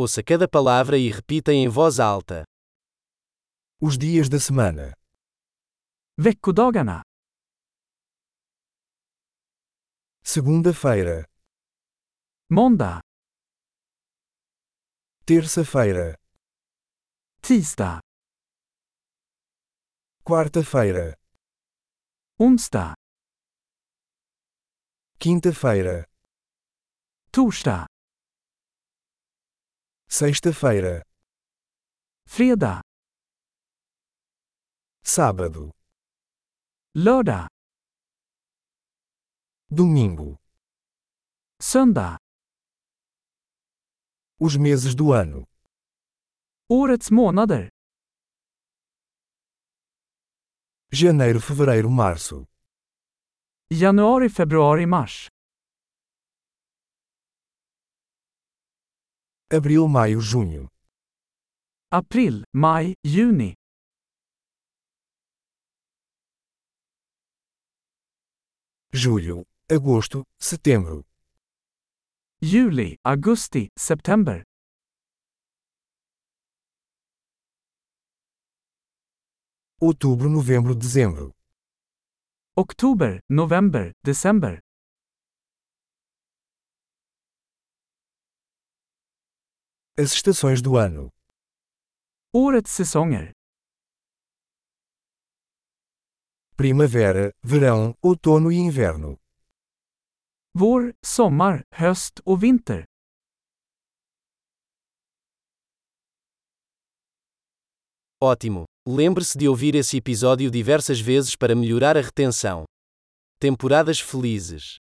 Ouça cada palavra e repita em voz alta. Os dias da semana. Veckodagarna. Segunda-feira, Måndag. terça-feira, Tisdag. quarta-feira, Onsdag. quinta-feira, Torsdag. sexta-feira, Fredag. sábado, Lördag. domingo. Söndag. Os meses do ano. Årets månader. Janeiro, fevereiro, março. Januari, februari, mars. Abril, maio, junho. April, maj, juni. Julho, agosto, setembro. Juli, augusti, september. Outubro, novembro, dezembro. Oktober, november, december. As estações do ano. Årets säsonger. Primavera, verão, outono e inverno. Vår, sommar, höst och vinter. Ótimo! Lembre-se de ouvir esse episódio diversas vezes para melhorar a retenção. Temporadas felizes!